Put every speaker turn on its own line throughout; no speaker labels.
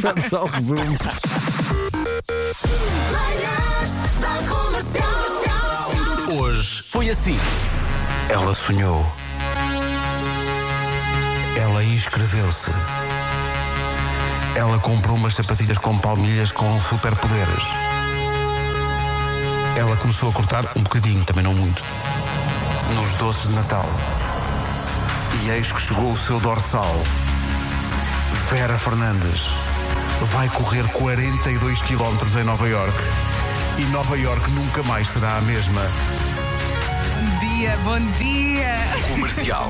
Vamos ao resumo.
Manhãs da Comercial.
Hoje foi assim. Ela sonhou. Ela inscreveu-se. Ela comprou umas sapatilhas com palmilhas com superpoderes. Ela começou a cortar um bocadinho, também não muito, nos doces de Natal. E eis que chegou o seu dorsal. Vera Fernandes vai correr 42 km em Nova York. E Nova York nunca mais será a mesma.
Bom dia, bom dia.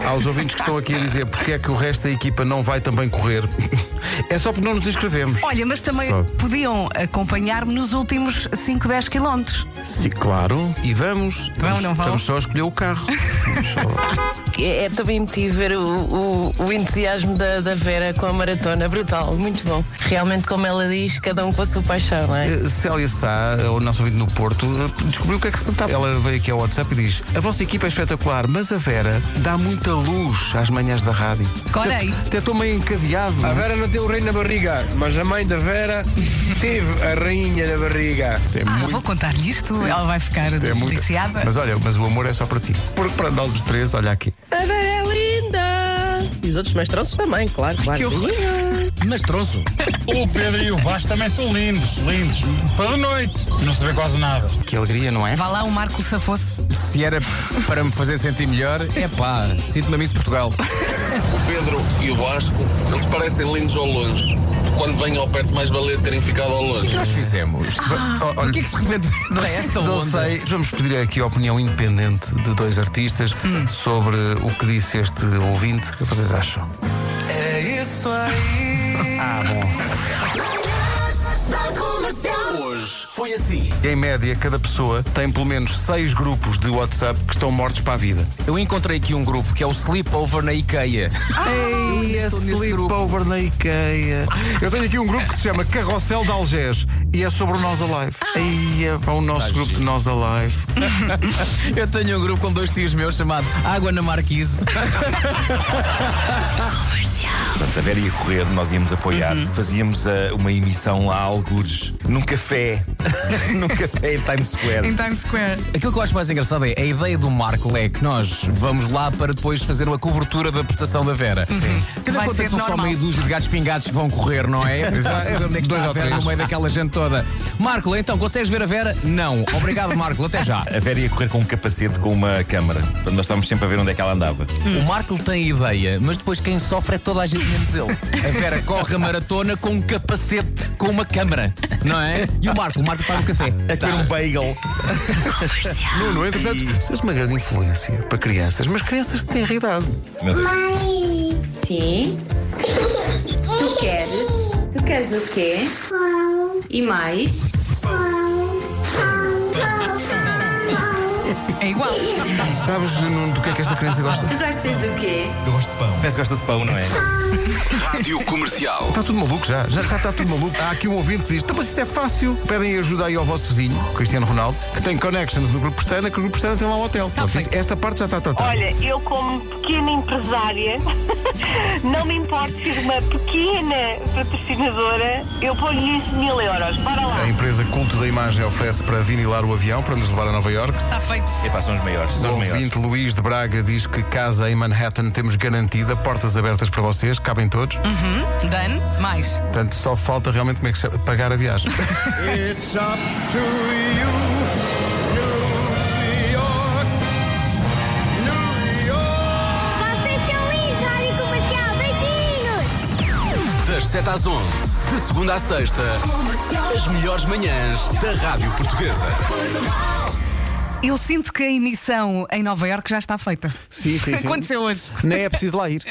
Aos ouvintes que estão aqui a dizer porque é que o resto da equipa não vai também correr, é só porque não nos inscrevemos.
Olha, mas também
Só.
podiam acompanhar-me nos últimos 5, 10 quilómetros.
Sim, claro. E vamos. estamos,
não vão?
estamos só a escolher o carro.
É, é também motivo ver o, o- o entusiasmo da, da Vera com a maratona. Brutal, muito bom. Realmente, como ela diz, cada um com a sua paixão, não é?
Eh, Célia Sá, o nosso ouvinte no Porto, eh, descobriu o que é que se tratava. Ela veio aqui ao WhatsApp e diz: A vossa equipa é espetacular, mas a Vera dá muita luz às manhãs da rádio.
Corei.
Até- Até estou meio encadeado. é?
A Vera não tem o rei na barriga, mas a mãe da Vera teve a rainha na barriga.
É
Ah,
muito-
vou contar-lhe isto, ela vai ficar
é muito-
deliciada.
Mas olha, mas o amor é só para ti. Porque para nós os três, olha aqui.
A Vera é linda! E os outros mestranços também, claro, claro.
Mas tronço.
O Pedro e o Vasco também são lindos, lindos. Para noite, não se vê quase nada.
Que alegria, não é?
Vá lá o Marco Safosso.
Se era para me fazer sentir melhor, é pá, sinto-me a Miss Portugal.
O Pedro e o Vasco, eles parecem lindos ao longe. Quando vêm ao perto, mais valer terem ficado ao longe.
Nós fizemos.
Oh, olha,
O que é que de repente não é esta
Não
onda?
sei, vamos pedir aqui a opinião independente de dois artistas
Hum.
sobre o que disse este ouvinte. O que vocês acham?
Manhãs da Comercial.
Em média, cada pessoa tem pelo menos seis grupos de WhatsApp que estão mortos para a vida.
Eu encontrei aqui um grupo que é o Sleepover na IKEA.
Ei, a
Ah, estou nesse
sleepover na IKEA. Eu tenho aqui um grupo que se chama Carrossel de Algés e é sobre o Nós Alive. Ei, é para o nosso grupo de Nós Alive.
Eu tenho um grupo com dois tios meus chamado Água na Marquise.
Portanto, a Vera ia correr, nós íamos apoiar. Fazíamos ah, uma emissão a algures num café. num café em Times Square.
Em Times Square.
Aquilo que eu acho mais engraçado é a ideia do Marco é que nós vamos lá para depois fazer uma cobertura da prestação da Vera. Sim. Tendo em
Vai
conta
ser
que são só
normal.
meia dúzia de gatos pingados que vão correr, não é? Exato. Saber onde é que
Dois ou
está a Vera no
três.
meio daquela gente toda. Marco, então, consegues ver a Vera? Não. Obrigado, Marco, até já.
A Vera ia correr com um capacete com uma câmara. Portanto, nós estávamos sempre a ver onde é que ela andava.
O Marco tem ideia, mas depois quem sofre é toda a gente menos ele. A Vera corre a maratona com um capacete, com uma câmara, não é? E o Marco, o Marco faz um café.
A comer um bagel.
Nuno, entretanto, isso é uma grande influência para crianças, mas crianças de tenra idade.
Meu Deus.
Sim. Tu queres? Tu queres o quê? E mais?
É igual.
Sabes, Nuno, do que é que esta criança gosta?
Tu gostas do quê?
Parece que gosta de pão, não é?
Rádio Comercial. Está tudo maluco já, já, já está tudo maluco. Há aqui um ouvinte que diz: "Então, mas isso é fácil. Pedem ajuda aí ao vosso vizinho, Cristiano Ronaldo, que tem connections no Grupo Pestana, que o Grupo Pestana tem lá um hotel. Portanto, isto- esta parte já está tratada.
Olha, eu como pequena empresária, não me importo ser uma pequena patrocinadora, eu ponho isso mil euros. Bora lá.
A empresa Culto da Imagem oferece para vinilar o avião para nos levar a Nova York.
Está feito.
Epá, são os maiores.
O
São os maiores.
ouvinte Luís de Braga diz que casa em Manhattan temos garantida, portas abertas para vocês, cabem todos.
Dan, mais.
Portanto, só falta realmente como é que se chama? pagar a viagem.
Vocês são lindos, Rádio Comercial. Beijinhos.
Das 7 às 11, de segunda à sexta, as melhores manhãs da Rádio Portuguesa.
Eu sinto que a emissão em Nova Iorque já está feita.
Sim, sim, sim.
Aconteceu hoje.
Nem é preciso lá ir.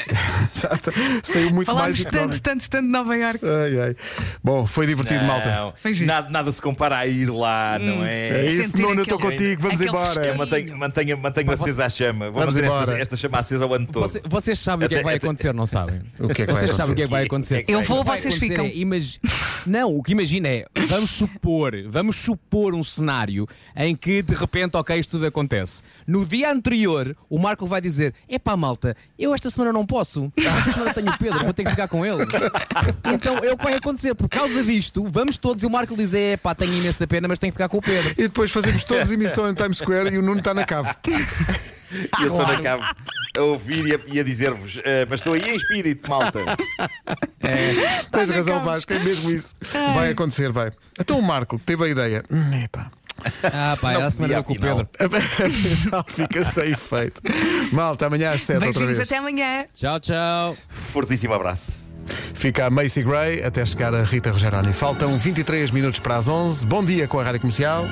Já
tá-
está- saiu muito
Falámos
mais
tanto, tanto, tanto de Nova Iorque.
Ai, ai. Bom, foi divertido, malta.
Não,
Foi giro.
nada, nada se compara a ir lá, não é?
É isso,
Sentir
Nuno, eu estou
aquele-
contigo, vamos
aquele
embora.
fresquinho.
Mantenho, É, mantenho, mantenho acesa a chama. Vou
Vamos
manter esta,
embora.
esta chama acesa o ano todo.
Você- vocês sabem o que é que vai acontecer, não sabem?
O que é que vai
vocês
acontecer?
sabem o que é que vai acontecer?
Eu
vou,
O que vai
vocês
acontecer
ficam.
é, imagi- Não, o que imagina é, vamos supor, vamos supor um cenário em que de repente, ok, isto tudo acontece. No dia anterior, o Marco vai dizer: é pá, malta, eu esta semana não posso, esta semana tenho o Pedro, vou ter que ficar com ele. Então é o que vai acontecer, por causa disto, vamos todos e o Marco diz: é pá, tenho imensa pena, mas tenho que ficar com o Pedro.
E depois fazemos todos emissão em Times Square e o Nuno está na cave.
E eu estou na cave a ouvir e a, e a dizer-vos, "Eh, mas estou aí em espírito, malta.
Tens razão, Vasco, é mesmo isso.
Ai.
Vai acontecer, vai. Então o Marco teve a ideia. Hum, epá.
Ah, pá, era a semana com o Pedro.
Afinal, fica sem efeito. Malta, amanhã às 7 outra
Beijinhos,
vez.
até amanhã.
Tchau, tchau.
Fortíssimo abraço.
Fica a Macy Gray até chegar a Rita Rogeroni. Faltam 23 minutos para as 11. Bom dia com a Rádio Comercial.